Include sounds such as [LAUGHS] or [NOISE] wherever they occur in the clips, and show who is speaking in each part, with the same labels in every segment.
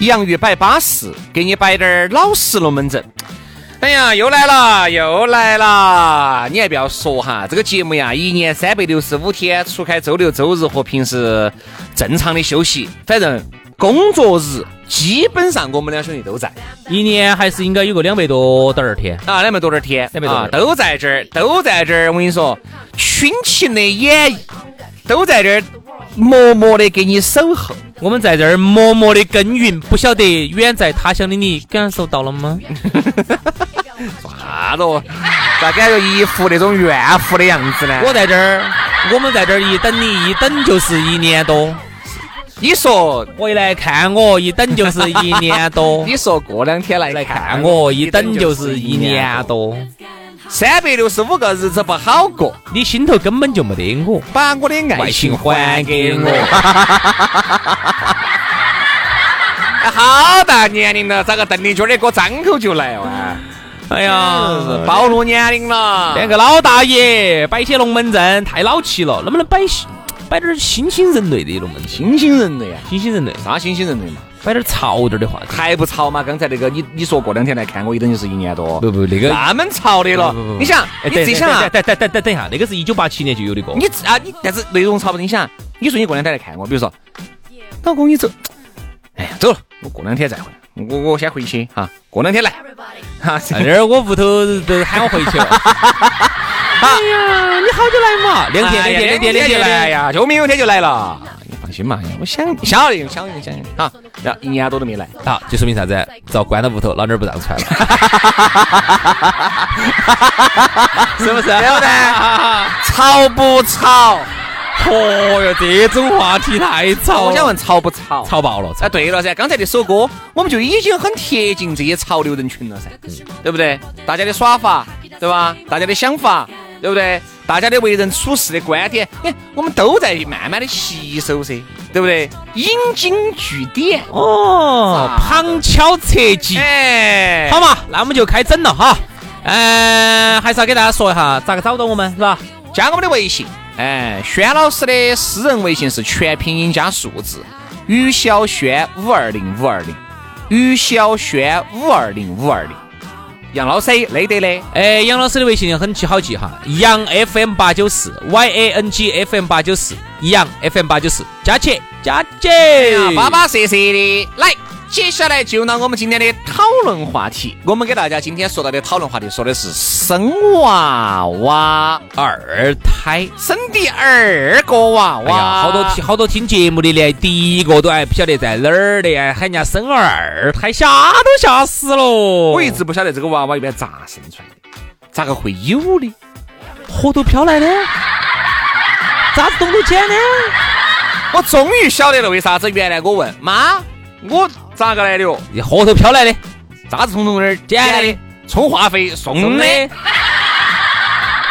Speaker 1: 洋芋摆巴适，给你摆点儿老实龙门阵。哎呀，又来了，又来了！你还不要说哈，这个节目呀，一年三百六十五天，除开周六、周日和平时正常的休息，反正工作日基本上我们两兄弟都在
Speaker 2: 一年还是应该有个两百多点儿天。
Speaker 1: 啊，两百多点儿天，
Speaker 2: 两百多点儿
Speaker 1: 啊，都在这儿，都在这儿。我跟你说，群情的演绎都在这儿，默默的给你守候。
Speaker 2: 我们在这儿默默的耕耘，不晓得远在他乡的你感受到了吗？
Speaker 1: 啥
Speaker 2: [LAUGHS]
Speaker 1: 子哦？咋感觉一副那种怨妇的样子呢？
Speaker 2: 我在这儿，我们在这儿一等你，一等就是一年多。
Speaker 1: 你说
Speaker 2: 回来看我，一等就是一年多。
Speaker 1: 你说过两天来
Speaker 2: 来看我，一等就是一年，多。
Speaker 1: 三百六十五个日子不好过，
Speaker 2: 你心头根本就没得我，
Speaker 1: 把我的爱
Speaker 2: 外
Speaker 1: 情
Speaker 2: 情
Speaker 1: 还
Speaker 2: 还
Speaker 1: 给
Speaker 2: 给
Speaker 1: 我
Speaker 2: 我。
Speaker 1: 哎好大年龄了，找个邓丽君的歌张口就来哇！
Speaker 2: 哎呀，
Speaker 1: 暴露年龄了，
Speaker 2: 两个老大爷摆些龙门阵太老气了，能不能摆些摆点儿新兴人类的龙门阵？
Speaker 1: 新兴人类呀，啊
Speaker 2: 新兴人类，
Speaker 1: 啥新兴人类嘛？
Speaker 2: 摆点儿潮点儿的话题。
Speaker 1: 还不潮嘛？刚才那个你你说过两天来看我，一等就是一年多，
Speaker 2: 不不，那个
Speaker 1: 那么潮的了
Speaker 2: 不不不，
Speaker 1: 你想
Speaker 2: 哎，
Speaker 1: 你
Speaker 2: 等
Speaker 1: 自己想啊，
Speaker 2: 等等等等等一下，那个是一九八七年就有的歌。
Speaker 1: 你自啊，你但是内容差不多。你想，你说你过两天来看我，比如说，老公你走，哎呀，走了，我过两天再回来，我我先回去哈，过两天来，哈，
Speaker 2: 在哎这儿我屋头都喊我回去了。 [LAUGHS] 哎呀，你好久来嘛？两
Speaker 1: 哎
Speaker 2: 天，两天，两天，两天
Speaker 1: 就来，
Speaker 2: 来。
Speaker 1: 呀，就明天就来了。你放心嘛，我想想了想了想哈，
Speaker 2: 嗯
Speaker 1: 然后一年多都没来，
Speaker 2: 好，就说明啥子？遭关到屋头，老娘儿不让出来了，是不
Speaker 1: [LAUGHS]
Speaker 2: 是？
Speaker 1: 对不对？
Speaker 2: [LAUGHS]
Speaker 1: 吵不吵？
Speaker 2: [LAUGHS] 哦哟，这种话题太吵，哎
Speaker 1: 我想问吵不吵？
Speaker 2: 吵爆了，吵
Speaker 1: 啊，对了噻，刚才那首歌，我们就已经很贴近这些潮流人群了噻，
Speaker 2: 嗯
Speaker 1: 对不对？大家的耍法，对吧？大家的想法，对不对？大家的为人处事的观点，你看，我们都在慢慢的吸收噻，对不对？引经据典，
Speaker 2: 哦，旁敲侧击。
Speaker 1: 哎，
Speaker 2: 好，嘛，那我们就开整了哈。嗯、还是要给大家说一下咋个找到我们，是吧？
Speaker 1: 加我们的微信，哎，轩老师的私人微信是全拼音加数字，于小轩五二零五二零，于小轩五二零五二零，杨老师累得嘞。
Speaker 2: 哎，杨老师的微信很记好记哈，杨 FM 八九四，Y A N G F M 八九四，杨 FM 八九四，加起加起
Speaker 1: 啊，，巴巴适适的。来，接下来就拿我们今天的讨论话题，我们给大家今天说到的讨论话题说的是生娃娃，
Speaker 2: 二胎。
Speaker 1: 生第二个娃
Speaker 2: 哎呀，
Speaker 1: 娃，
Speaker 2: 好多听好多听节目的，连第一个都还不晓得在哪儿的，还喊人家生二胎，吓都吓死了。
Speaker 1: 我一直不晓得这个娃娃一般咋生出来的，咋个会有的？
Speaker 2: 河头飘来的，咋子东头捡的？
Speaker 1: 我终于晓得了为啥子原来我问妈，我咋个来的哦？
Speaker 2: 河头飘来的，
Speaker 1: 咋子从从那儿捡
Speaker 2: 捡
Speaker 1: 来
Speaker 2: 的
Speaker 1: 的？充话费送
Speaker 2: 真的
Speaker 1: 的。。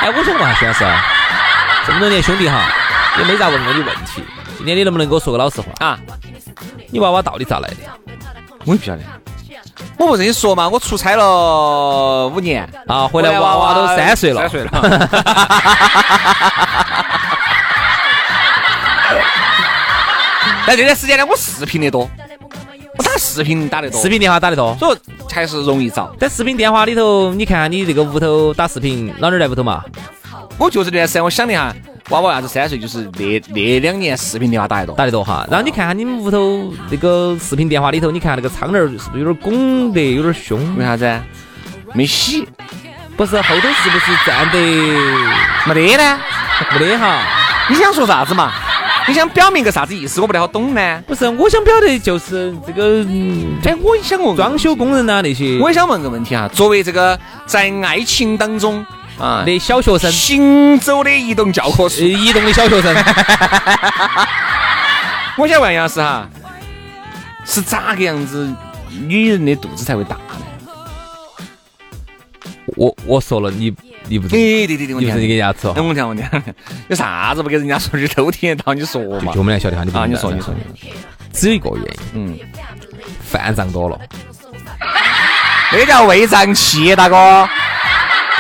Speaker 2: 哎，我想问下徐老师啊，这么多年兄弟哈，也没咋问过你问题。今天你能不能给我说个老实话？
Speaker 1: 啊，
Speaker 2: 你娃娃到底咋来的？
Speaker 1: 我也不晓得，我不是跟你说嘛，我出差了五年，
Speaker 2: 啊，回来娃娃都三岁了，
Speaker 1: 三岁了。但这段时间呢，我视频的多，我打视频打得多，
Speaker 2: 视频电话打得多。
Speaker 1: 所以还是容易找。
Speaker 2: 在视频电话里头，你看你这个屋头打视频，老娘儿在屋头嘛，
Speaker 1: 我就这段时间，我想了一下，娃娃啥子三岁，就是那那两年视频电话打得多，
Speaker 2: 打得多哈。然后你看下你们屋头那个视频电话里头，你看那个苍蝇儿是不是有点拱得有点凶？
Speaker 1: 为啥子？没洗，
Speaker 2: 不是后头是不是站得
Speaker 1: 没得呢？
Speaker 2: 没得哈？
Speaker 1: 你想说啥子嘛？你想表明个啥子意思？我不太好懂呢。
Speaker 2: 不是，我想表达的就是这个嗯
Speaker 1: 哎，我也想问
Speaker 2: 装修工人呐、啊那些，
Speaker 1: 我也想问个问题哈、作为这个在爱情当中啊
Speaker 2: 那小学生，
Speaker 1: 行走的移动教科书
Speaker 2: 呃，移动的小学生，
Speaker 1: 我想问杨老师哈，是咋个样子女人的肚子才会大呢？
Speaker 2: [LAUGHS] 我我说了你你不懂，
Speaker 1: 哎对对对对，我
Speaker 2: 你不是
Speaker 1: 讲
Speaker 2: 你给人家说
Speaker 1: 哎，，我讲我讲， [LAUGHS] 有啥子不给人家说的都听得到，你说嘛
Speaker 2: 就我？们俩晓得哈，你不
Speaker 1: 啊，
Speaker 2: 懂
Speaker 1: 你说
Speaker 2: 的
Speaker 1: 你说，你说
Speaker 2: 只有一个原因，
Speaker 1: 嗯，
Speaker 2: 饭涨多了，
Speaker 1: 那叫胃胀气，大哥。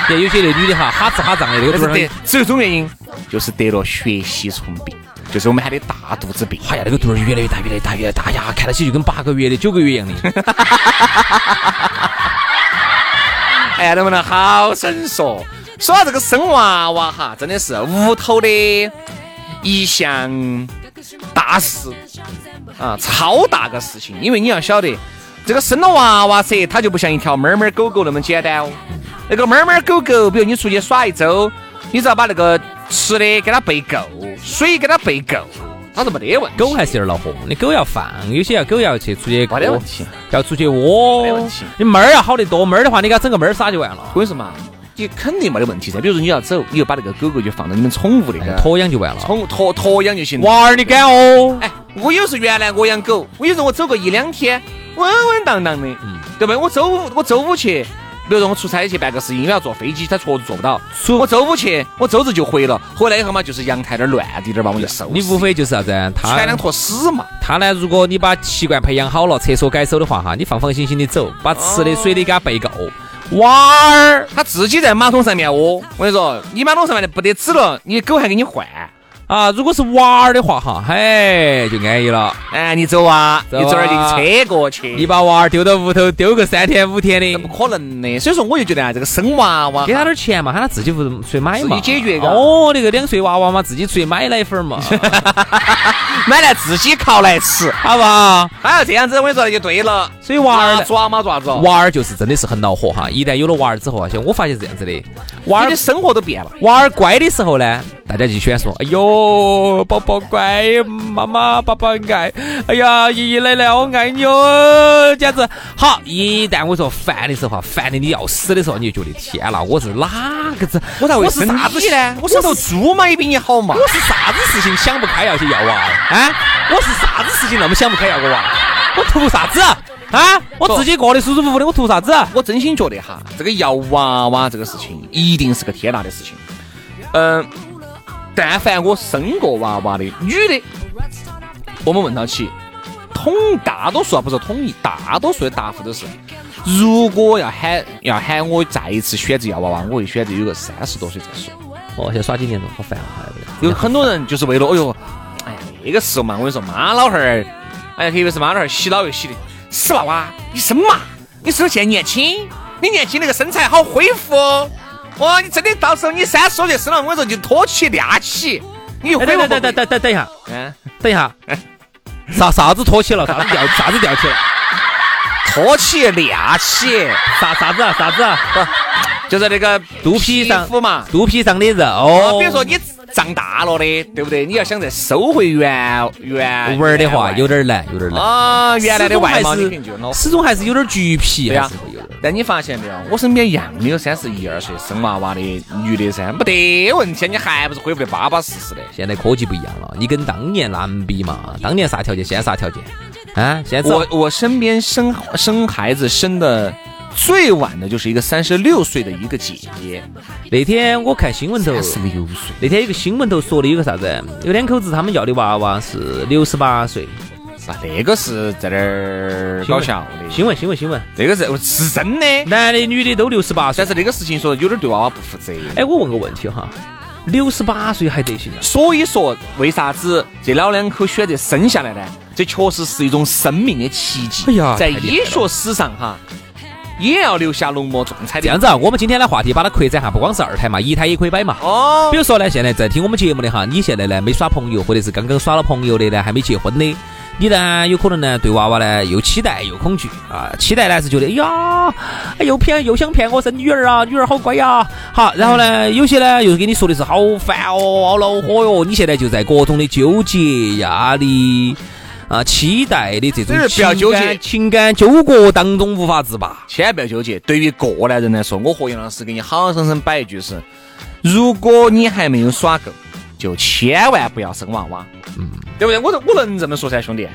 Speaker 2: 像有些那女的哈，哈吃哈胀的，那个
Speaker 1: 但
Speaker 2: 肚
Speaker 1: 是
Speaker 2: 儿
Speaker 1: 得
Speaker 2: 很，
Speaker 1: 只有一种原因，就是得了血吸虫病，就是我们喊的大肚子病。
Speaker 2: 哎呀，那个肚儿越来越大，越来越大，越来越大呀，看到起就跟八个月的、九个月一样 [LAUGHS] 的。
Speaker 1: 哎呀，能不能好生说？说到这个生娃娃哈，真的是屋头的一项大事啊，超大个事情。因为你要晓得，这个生了娃娃噻，它就不像一条猫猫狗狗那么简单哦。那个猫猫狗狗，比如你出去耍一周，你只要把那个吃的给它备够，水给它备够，它是没啊得问题。
Speaker 2: 狗还是有点恼火，你狗要放，有些要狗要去出去
Speaker 1: 没得问题。
Speaker 2: 要出去
Speaker 1: 没
Speaker 2: 窝
Speaker 1: 问题。
Speaker 2: 你猫儿要好得多，猫儿的话，你给它整个猫儿撒就完了，
Speaker 1: 为什么？你肯定没得问题噻。比如说你要走，你就把那个狗狗就放到你们宠物那个
Speaker 2: 脱养就完了。
Speaker 1: 宠托托养就行了。
Speaker 2: 娃儿，你敢哦？
Speaker 1: 哎，我有时候原来我养狗，我有时候我走个一两天，稳稳当当的，对不对？我周五我周五去，比如说我出差去办个事情，因为要坐飞机，他确实坐不到。我周五去，我周日就回了，回来以后嘛，就是阳台那儿乱滴点儿吧，我就收拾。
Speaker 2: 你无非就是啥子啊？
Speaker 1: 全
Speaker 2: 它
Speaker 1: 两坨屎嘛，
Speaker 2: 它呢？如果你把习惯培养好了，厕所改收的话，哈，你放放心心的走，把吃的、水的给它备够。
Speaker 1: 娃儿他自己在马桶上面窝。我跟你说，你马桶上面的不得纸了，你狗还给你换。
Speaker 2: 啊，如果是娃儿的话，哈，嘿，就安逸了。
Speaker 1: 哎，你走啊，
Speaker 2: 走啊
Speaker 1: 你走点就车过去。
Speaker 2: 你把娃儿丢到屋头，丢个三天五天的
Speaker 1: 那，不可能的，所以说我就觉得啊，这个生娃娃
Speaker 2: 给他点钱嘛，喊他自己不出去买
Speaker 1: 自
Speaker 2: 嘛，
Speaker 1: 己解决嘎
Speaker 2: 哦，那个两岁娃娃嘛，自己出去买奶
Speaker 1: [LAUGHS]
Speaker 2: 粉儿嘛，
Speaker 1: 买来自己烤来吃。
Speaker 2: 好不好？
Speaker 1: 他要这样子，我跟你说那就对了。
Speaker 2: 所以娃儿呢
Speaker 1: 抓嘛抓抓，
Speaker 2: 娃儿就是真的是很恼火哈。一旦有了娃儿之后啊，像我发现是这样子的，娃
Speaker 1: 你
Speaker 2: 儿
Speaker 1: 的生活都变了。
Speaker 2: 娃儿乖的时候呢，大家就喜欢说，哎呦，宝宝乖，妈妈爸爸爱，哎呀，爷爷奶奶我爱你哦，简直好。一旦我说烦的时候啊，烦的你要死的时候，你就觉得天啦，我是哪个子？
Speaker 1: 我咋会
Speaker 2: 是
Speaker 1: 生
Speaker 2: 啥子
Speaker 1: 你呢？我生头猪嘛，也比你好嘛。
Speaker 2: 我是啥子事情想不开要去要娃儿啊？我是啥子事情那么想不开要个娃儿？我图啥子啊？啊我自己过得舒舒服服的，我图啥子？啊
Speaker 1: 我真心觉得哈，这个摇娃娃这个事情一定是个天大的事情。嗯，但凡我生过娃娃的女的，我们问到起，统大多数啊，不是统一，大多数的答复都是，如果要喊要喊我再一次选择要娃娃，我会选择有个三十多岁再说。
Speaker 2: 哦，现在耍几年了，好烦啊！
Speaker 1: 有很多人就是为了，哎呦，哎呀，那个时候嘛，我跟你说，妈老汉儿，哎呀，特别是妈老汉儿，洗脑又洗的，死娃娃，你生嘛？你是不是现在年轻？你年轻那个身材好恢复哦，哇，你真的到时候你三十多岁生了，我跟你说就拖起拉起，你又恢
Speaker 2: 哎，等
Speaker 1: 复
Speaker 2: 等等等等等等一下，
Speaker 1: 嗯，
Speaker 2: [LAUGHS] 等一下，啥啥子脱起
Speaker 1: [LAUGHS]
Speaker 2: 了？啥子掉？啥子掉起了？
Speaker 1: 拖起拉起，
Speaker 2: 啥啥子啊？啥子啊？
Speaker 1: 就是那个
Speaker 2: 肚皮上
Speaker 1: 肤嘛，
Speaker 2: 肚皮上的肉。
Speaker 1: 哦，比如说你长大了的，对不对？你要想再收回原原
Speaker 2: 哦玩儿的话，
Speaker 1: 原
Speaker 2: 有点难，有点难。
Speaker 1: 啊，哎原来的外貌
Speaker 2: 始
Speaker 1: 你
Speaker 2: 终
Speaker 1: 肯定就
Speaker 2: 还
Speaker 1: 恼
Speaker 2: 是始终还是有点橘皮，
Speaker 1: 对
Speaker 2: 还
Speaker 1: 呀
Speaker 2: 是会有点。
Speaker 1: 但你发现没有，我身边一样的有三十一二岁生娃娃的女的噻，没得问题，你还不是恢复的巴巴适适的。
Speaker 2: 现在科技不一样了，你跟当年难比嘛？当年啥条件，现在啥条件？啊，现在
Speaker 1: 我
Speaker 2: 我
Speaker 1: 我身边生生孩子生的最晚的就是一个三十六岁的一个姐姐，
Speaker 2: 那天我看新闻头，
Speaker 1: 三十六岁，
Speaker 2: 那天有个新闻头说的有个啥子？有两口子他们要的娃娃是六十八岁，
Speaker 1: 啊，那个是在那儿搞笑的，
Speaker 2: 新闻新闻新闻，
Speaker 1: 这个是是真的。
Speaker 2: 男的女的都六十八岁
Speaker 1: 但。是那个事情说有点对娃娃不负责。
Speaker 2: 哎，我问个问题哈，六十八岁还得行啊？
Speaker 1: 所以说，为啥子这老两口选择生下来呢？这确实是一种生命的奇迹。
Speaker 2: 哎呀
Speaker 1: 在
Speaker 2: 太厉害
Speaker 1: 医
Speaker 2: 了
Speaker 1: 学史上哈，也要留下浓墨重彩的。
Speaker 2: 这样子啊，我们今天的话题把它扩展哈，不光是二胎嘛，一胎也可以摆嘛。
Speaker 1: 哦
Speaker 2: 比，如说呢，现在在听我们节目的哈，你现在呢没耍朋友，或者是刚刚耍了朋友的呢，还没结婚的，你呢有可能呢对娃娃呢又期待又恐惧啊。期待呢是觉得，哎呀，哎又骗又想骗我生女儿啊，女儿好乖呀、好，然后呢有些呢又跟你说的是好烦哦，好恼火哟，你现在就在各种的纠结、压力。啊，期待的这种
Speaker 1: 这是不要
Speaker 2: 情感
Speaker 1: 纠结
Speaker 2: 情感纠葛当中无法自拔。
Speaker 1: 千万不要纠结。对于过来人来说，我和杨老师给你好好生生摆一句是：如果你还没有耍够，就千万不要生娃娃，
Speaker 2: 嗯
Speaker 1: 对不对？我我能这么说噻，兄弟。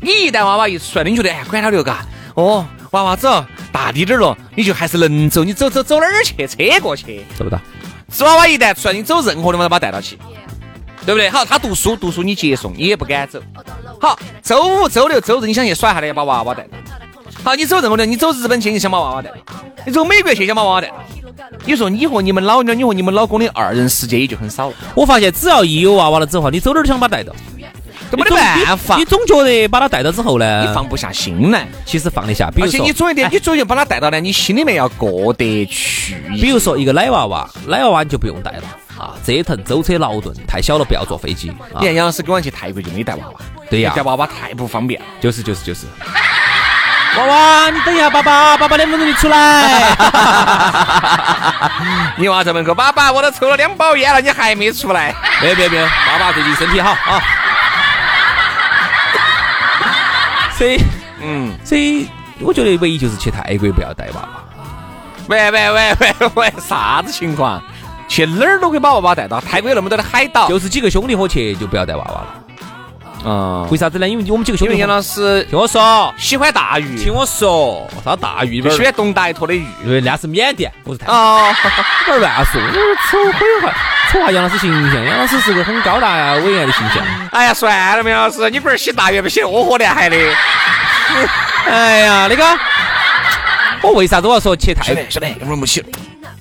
Speaker 1: 你一旦娃娃一出来，你觉得哎，管他六嘎，哦，娃娃走大滴点儿了，你就还是能走，你走走走哪儿去？车过去。
Speaker 2: 找不到。啊
Speaker 1: 这娃娃一旦出来，你走任何地方都把他带到起，对不对？好，他读书读书你接送，你也不敢走。好，周五、周六、周日你想去耍一下的，把娃娃带到。好，你走任何地方，你走日本去，你想把娃娃带到；你走美国去，想把娃娃带到。你说你和你们老娘，你和你们老公的二人世界也就很少了，
Speaker 2: 我发现只要一有娃娃了之后，你走哪儿都想把他带到，
Speaker 1: 这没得办法
Speaker 2: 你，总觉得把他带到之后呢，
Speaker 1: 你放不下心来。
Speaker 2: 其实放得下。比
Speaker 1: 而
Speaker 2: 如
Speaker 1: 且
Speaker 2: 说，
Speaker 1: 你总有一点，
Speaker 2: 哎
Speaker 1: 你总有一点把他带到呢，你心里面要过得去。
Speaker 2: 比如说一个奶娃娃，奶娃娃你就不用带了啊，折腾、舟车劳顿，太小了，不要坐飞机啊
Speaker 1: 你。看杨老师跟我去泰国就没带娃娃，
Speaker 2: 对呀
Speaker 1: 带娃娃太不方便了。
Speaker 2: 就是就是就是。 [LAUGHS] 娃娃，你等一下，爸爸，爸爸两分钟就出来。
Speaker 1: 你娃在门口，爸爸，我都抽了两包烟了，你还没出来？
Speaker 2: [LAUGHS]
Speaker 1: [LAUGHS]
Speaker 2: 没有没有没有，爸爸最近身体好 [LAUGHS] 啊。所以
Speaker 1: 嗯，
Speaker 2: 所以，我觉得唯一就是去泰国不要带娃娃。
Speaker 1: 喂喂喂喂喂，啥子情况？去哪儿都可以把娃娃带到，泰国有那么多的海岛。
Speaker 2: 就是几个兄弟伙去就不要带娃娃了，
Speaker 1: 嗯，
Speaker 2: 为啥子呢？因为我们几个兄
Speaker 1: 因为
Speaker 2: 弟伙
Speaker 1: 杨老师
Speaker 2: 听我说，
Speaker 1: 喜欢大鱼，
Speaker 2: 听我说，啥大鱼
Speaker 1: 就
Speaker 2: 边
Speaker 1: 喜欢东大一坨的鱼。
Speaker 2: 呃，那是缅甸，不是泰国。
Speaker 1: 哦，
Speaker 2: 不要乱啊说，我丑毁坏丑哎化杨老师形象。杨老师是个很高大呀、伟岸的形象。
Speaker 1: [LAUGHS] 哎呀，算了嘛，杨老师，你不是洗大鱼，不洗窝火的还的。
Speaker 2: 哎呀，那个，我为啥子我要说去泰国？
Speaker 1: 兄弟，要不然不洗，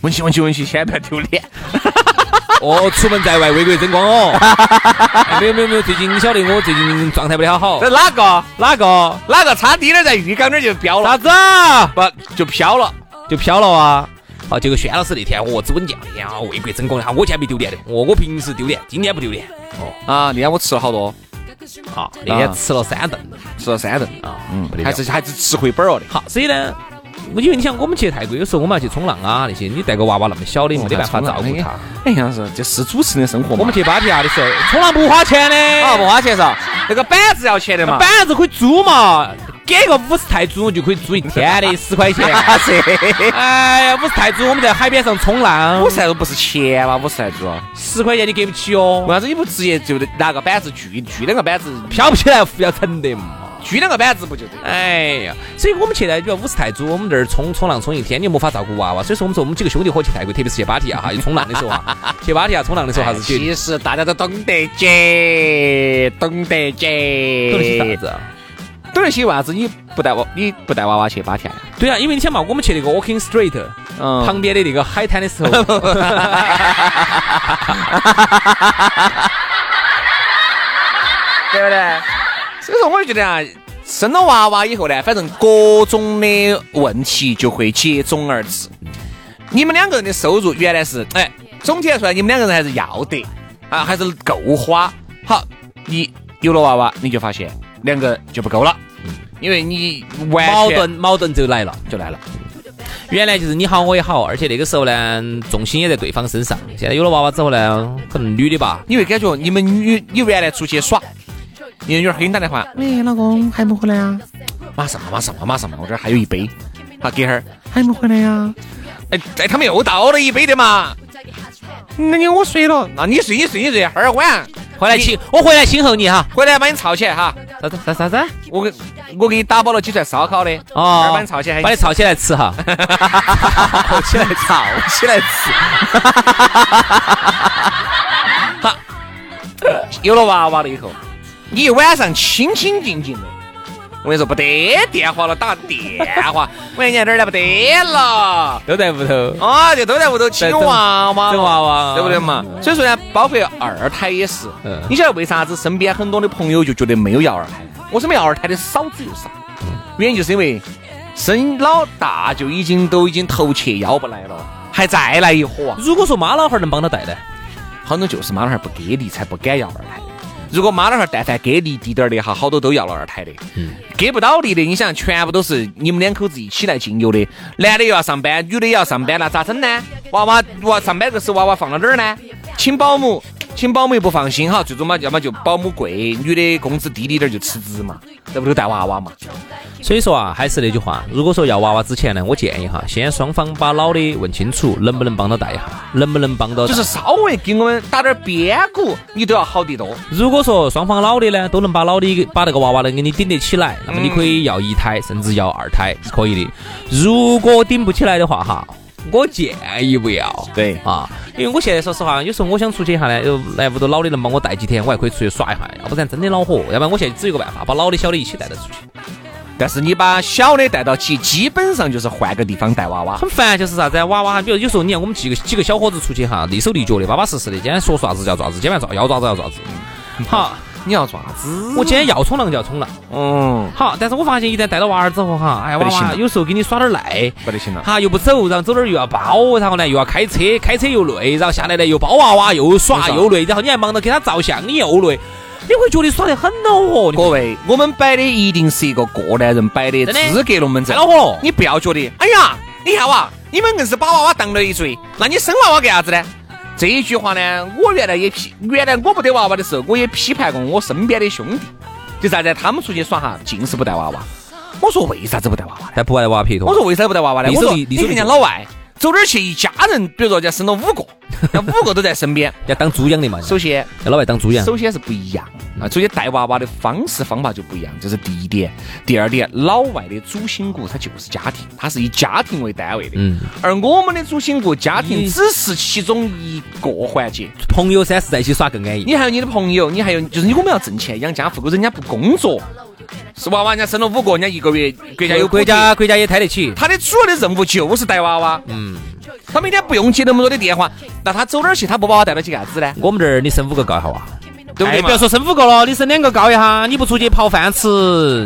Speaker 1: 温习温习温习，千万不要丢 [LAUGHS] 脸。
Speaker 2: 哦，出门在外为国争光哦。哎没有没有没有，最近你晓得我最近状态不太好
Speaker 1: 这。哪个
Speaker 2: 哪个？
Speaker 1: 哪个差低点儿在浴缸那儿就飙了
Speaker 2: 啥，子？
Speaker 1: 不就飘了？
Speaker 2: 就飘了啊！好，结果轩老师那天我之稳健，哎呀，为国争光的哈，我今天没丢脸的，我我平时丢脸，今天不丢脸。
Speaker 1: 啊，那天我吃了好多，
Speaker 2: 好，那
Speaker 1: 啊
Speaker 2: 天吃了三顿
Speaker 1: 吃了三顿，
Speaker 2: 啊，
Speaker 1: 嗯
Speaker 2: 不得，了
Speaker 1: 还是还是吃回本儿了的。
Speaker 2: 好，所以呢，我因为你想，我们去泰国有时候我们要去冲浪啊那些，你带个娃娃那么小的，没得办法照顾他。。
Speaker 1: 哎，杨是这是主持人的生活嘛。
Speaker 2: 我们去芭提雅的时候，冲浪不花钱的，
Speaker 1: 啊，不花钱噻，那个板子要钱的嘛。
Speaker 2: 板子可以租嘛，给个五十泰铢就可以租一天的，十
Speaker 1: [LAUGHS]
Speaker 2: 块钱。
Speaker 1: 这
Speaker 2: 哎呀，五十泰铢，我们在海边上冲
Speaker 1: [LAUGHS]
Speaker 2: 浪
Speaker 1: 五，十来都不是钱嘛，五十来铢。
Speaker 2: 十块钱你给不起哦
Speaker 1: 为，啥子你不直接就拿个板子锯锯两个板子，
Speaker 2: 飘不起来，浮要沉的嘛。
Speaker 1: 锯两个板子不就得？
Speaker 2: 哎呀，所以我们去呢，比如五十泰铢，我们这儿冲冲浪冲一天，你没法照顾娃娃。所以说，我们说我们几个兄弟伙去泰国，特别是去芭提雅哈，去冲浪的时候啊，去芭提雅冲浪的时候还是去，
Speaker 1: 其实大家都懂得姐，懂得姐。
Speaker 2: 都是些啥子？啊？
Speaker 1: 懂得些为啥子？你不带娃，你不带娃娃去芭提雅？
Speaker 2: 对啊，因为你想嘛，我们去那个 Walking Street
Speaker 1: 嗯
Speaker 2: 旁边的那个海滩的时候，
Speaker 1: [LAUGHS] 对不对？所以说，我就觉得啊，生了娃娃以后呢，反正各种的问题就会接踵而至。你们两个人的收入原来是，哎，总体来说，你们两个人还是要得啊，还是够花。好，你有了娃娃，你就发现两个就不够了，因为你完全
Speaker 2: 嗯矛盾矛盾就来了。
Speaker 1: 就来了。
Speaker 2: 原来就是你好我也好，而且那个时候呢，重心也在对方身上。现在有了娃娃之后呢，可能女的吧，
Speaker 1: 你会感觉你们女，你原来出去耍，你女儿给你打电话，喂，哎老公还没回来啊？马上嘛，马上嘛，马上嘛，我这儿还有一杯，好，给哈儿，还没回来呀、哎，哎，他们又倒了一杯的嘛。那你我睡了，那你睡你睡你睡，哈儿啊晚
Speaker 2: 回来亲我回来亲候你哈。
Speaker 1: 回来把你吵起来哈。
Speaker 2: 啥子啥啥子？
Speaker 1: 我给我给你打包了几串烧烤的，
Speaker 2: 哦
Speaker 1: 哈儿把你吵起来，
Speaker 2: 把你吵起来
Speaker 1: [LAUGHS]
Speaker 2: 吃哈。
Speaker 1: 吵起来，吵 [LAUGHS] 起来吃。好，有了娃娃了以后，你一晚上清清静静的。我跟你说，不得电话了，打电话，喂，你在哪儿呢？不得了。
Speaker 2: 都在屋头，
Speaker 1: 啊，就都在屋头亲娃娃，
Speaker 2: 整娃娃
Speaker 1: 对不对嘛？所以说呢，包括二胎也是
Speaker 2: 嗯。
Speaker 1: 你晓得为啥子身边
Speaker 2: 嗯
Speaker 1: 很多的朋友就觉得没有要二胎？我身边要二胎的少之又少，原因就是因为生老大就已经都已经头切腰不来了，还再来一伙啊！
Speaker 2: 如果说妈老汉儿能帮他带呢，
Speaker 1: 好多就是妈老汉儿不给力，才不敢要二胎。如果妈老汉儿但凡给力滴点儿的哈，好多都要了二胎的。给不到力的，你想全部都是你们两口子一起来经营的，男的又要上班，女的也要上班，那咋整呢？娃娃娃上班这个时候娃娃放到哪儿呢？请保姆，请保姆又不放心哈，最终嘛，要么就保姆贵，女的工资低滴点儿就辞职嘛，在屋头带娃娃嘛。
Speaker 2: 所以说啊，还是那句话，如果说要娃娃之前呢，我建议哈，先双方把老的问清楚，能不能帮他带一下，能不能帮到。
Speaker 1: 就是稍微给我们打点边鼓，你都要好得多。
Speaker 2: 如果说双方老的呢都能把老的把那个娃娃呢给你顶得起来，那么你可以要一胎，甚至要二胎是可以的。如果顶不起来的话哈，我建议不要。
Speaker 1: 对
Speaker 2: 啊，因为我现在说实话，有时候我想出去一下呢，又来屋头老的能帮我带几天，我还可以出去耍一下，要不然真的恼火。要不然我现在只有一个办法，把老的小的一起带得出去，
Speaker 1: 但是你把小的带到起，基本上就是换个地方带娃娃。
Speaker 2: 很烦，就是啥子啊娃娃，比如有时候你看我们几个几个小伙子出去哈，利手利脚的，巴巴适适的，今天说啥子叫啥子，今晚抓要抓子要抓子。好，
Speaker 1: 你要爪子，
Speaker 2: 我今天要冲浪就要冲浪。
Speaker 1: 嗯，
Speaker 2: 好，但是我发现一旦带了娃儿之后哈，哎呀，娃
Speaker 1: 不得行
Speaker 2: 娃
Speaker 1: 了
Speaker 2: 有时候给你耍点儿赖，
Speaker 1: 不得行了。
Speaker 2: 哈又不走，然后走哪儿又要包，然后呢又要开车，开车又累，然后下来呢又包娃娃又耍
Speaker 1: 没错
Speaker 2: 又累，然后你还忙着给他照相，你又累，你会觉得耍得很恼火，你
Speaker 1: 各位，我们摆的一定是一个过来人摆的
Speaker 2: 真的哎
Speaker 1: 资格龙门
Speaker 2: 太
Speaker 1: 阵
Speaker 2: 恼。火了。
Speaker 1: 你不要觉得，哎呀，你看哇，你们硬是把娃娃当了一嘴，那你生娃娃干啥子呢？这一句话呢，我原来也批，原来我不得娃娃的时候，我也批判过我身边的兄弟，就啥子，他们出去耍哈，尽是不带娃娃。我说为啥子不带娃娃呢？
Speaker 2: 但不爱娃皮头
Speaker 1: 我说为啥不带娃娃呢？
Speaker 2: 你
Speaker 1: 我
Speaker 2: 手
Speaker 1: 说
Speaker 2: 里
Speaker 1: 你
Speaker 2: 你手
Speaker 1: 看
Speaker 2: 里
Speaker 1: 人家
Speaker 2: 多
Speaker 1: 老外走哪儿去，一家人，比如说人家生了五个，那五个都在身边。
Speaker 2: 要当猪养的嘛，
Speaker 1: 首先，
Speaker 2: 要老外当猪养。
Speaker 1: 首先是不一样啊，首先带娃娃的方式方法就不一样，这是第一点。第二点，老外的主心骨它就是家庭，它是以家庭为单位的，
Speaker 2: 嗯，
Speaker 1: 而我们的主心骨家庭
Speaker 2: 你
Speaker 1: 只是其中一个环节。
Speaker 2: 朋友三是在一起耍更安逸。
Speaker 1: 你还有你的朋友，你还有就是你我们要挣钱养家糊口，人家不工作，是娃娃人家生了五个，人家一个月国家有
Speaker 2: 国
Speaker 1: 国
Speaker 2: 家国家也抬得起，
Speaker 1: 他的主要的任务就是带娃娃。嗯，他每天不用接那么多的电话，那他走哪儿去？他不把我带到去干啥子呢？
Speaker 2: 我们这儿你生五个告一下哇。
Speaker 1: 对不对
Speaker 2: 哎
Speaker 1: 嘛？
Speaker 2: 不要说生五个了，你生两个告一下，你不出去刨饭吃，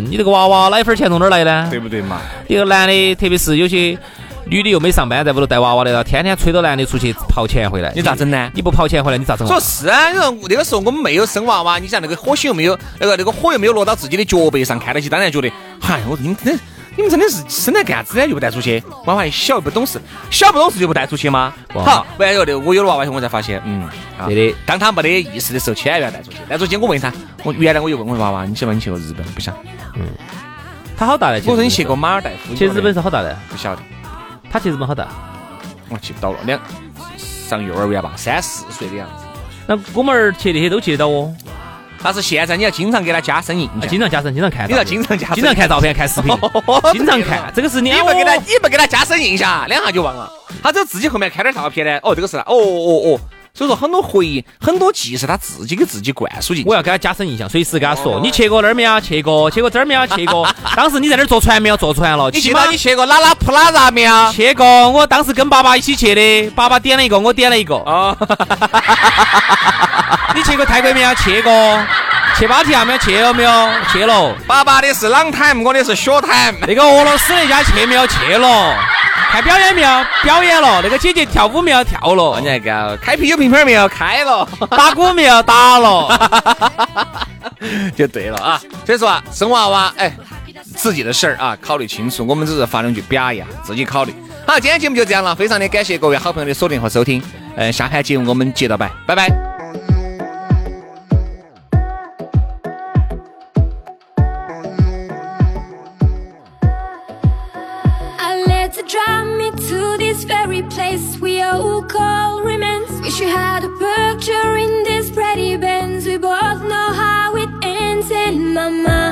Speaker 2: 你这个娃娃奶粉钱从哪儿来呢？
Speaker 1: 对不对嘛？
Speaker 2: 一个男的，特别是有些女的又没上班，在屋头带娃娃的，然后天天催着男的出去刨钱回来，
Speaker 1: 你咋整呢
Speaker 2: 你不刨钱回来，你咋整啊？
Speaker 1: 说是啊，你说那个时候我们没有生娃娃，你想那个火星又没有，那个那个火又没有落到自己的脚背上，看到起当然觉得，嗨，我说你们真的，你们真的是生来干啥子呢？又不带出去，娃娃还小又不懂事，小不懂事就不带出去吗？
Speaker 2: 哇
Speaker 1: 好，完了以后我有了娃娃以后我才发现，嗯，啊
Speaker 2: 对的
Speaker 1: 当他没得意识的时候，千万不要带出去。带出去我问他，我原来我就问我娃娃，你晓不晓得你去过日本？不想，
Speaker 2: 他好大的？
Speaker 1: 我说你去过马尔代夫？
Speaker 2: 去日本
Speaker 1: 是
Speaker 2: 是好大的，
Speaker 1: 不晓得，
Speaker 2: 他去日本好大。
Speaker 1: 我记不到了，两上幼儿园吧，三四岁的样子。
Speaker 2: 那我们儿去那些都去得到哦，
Speaker 1: 但是现在你要经常给他加深印
Speaker 2: 啊
Speaker 1: 象，
Speaker 2: 经常加深，经常看照片，
Speaker 1: 你要经常加深，
Speaker 2: 经常看照片，看视频
Speaker 1: [LAUGHS]
Speaker 2: 经常看。这个是你哦
Speaker 1: 你不给他，你不给他加深印象，两下就忘了。他只有自己后面开点照片呢，哦，这个是他，哦哦哦。所以说很多回忆，很多记忆是他自己给自己灌输进去
Speaker 2: 我。要给他加深印象，随时跟他
Speaker 1: 哦
Speaker 2: 说，你去过那儿没有？去过，去过这儿没有？去
Speaker 1: [LAUGHS]
Speaker 2: 过。当时你在那儿坐船没有？坐船了。
Speaker 1: 你
Speaker 2: 起
Speaker 1: 去
Speaker 2: 码
Speaker 1: 到你去过拉拉普拉萨没有？
Speaker 2: 去过，我当时跟爸爸一起去的，爸爸点了一个，我点了一个。
Speaker 1: 哦，
Speaker 2: [LAUGHS] 你去过泰国没有？去过。去芭提雅没有？去了没有？去了。
Speaker 1: 爸爸的是 long time，我的是 short time。
Speaker 2: 那个俄罗斯那家去没有？去了。看表演没有？表演了。那个姐姐跳舞没有？跳
Speaker 1: [LAUGHS]
Speaker 2: 了
Speaker 1: 你。还搞开啤酒瓶瓶没有？开了
Speaker 2: 打鼓没有？打了。
Speaker 1: [LAUGHS] 就对了啊。所以说啊，生娃娃，哎，自己的事儿啊，考虑清楚。我们只是发两句表扬，自己考虑。好，今天节目就这样了，非常的感谢各位好朋友的锁定和收听。呃，下盘节目我们接着摆，拜拜。
Speaker 3: I let it drive me to this very place we all call romance. Wish you had a picture in this pretty Benz. We both know how it ends in my mind.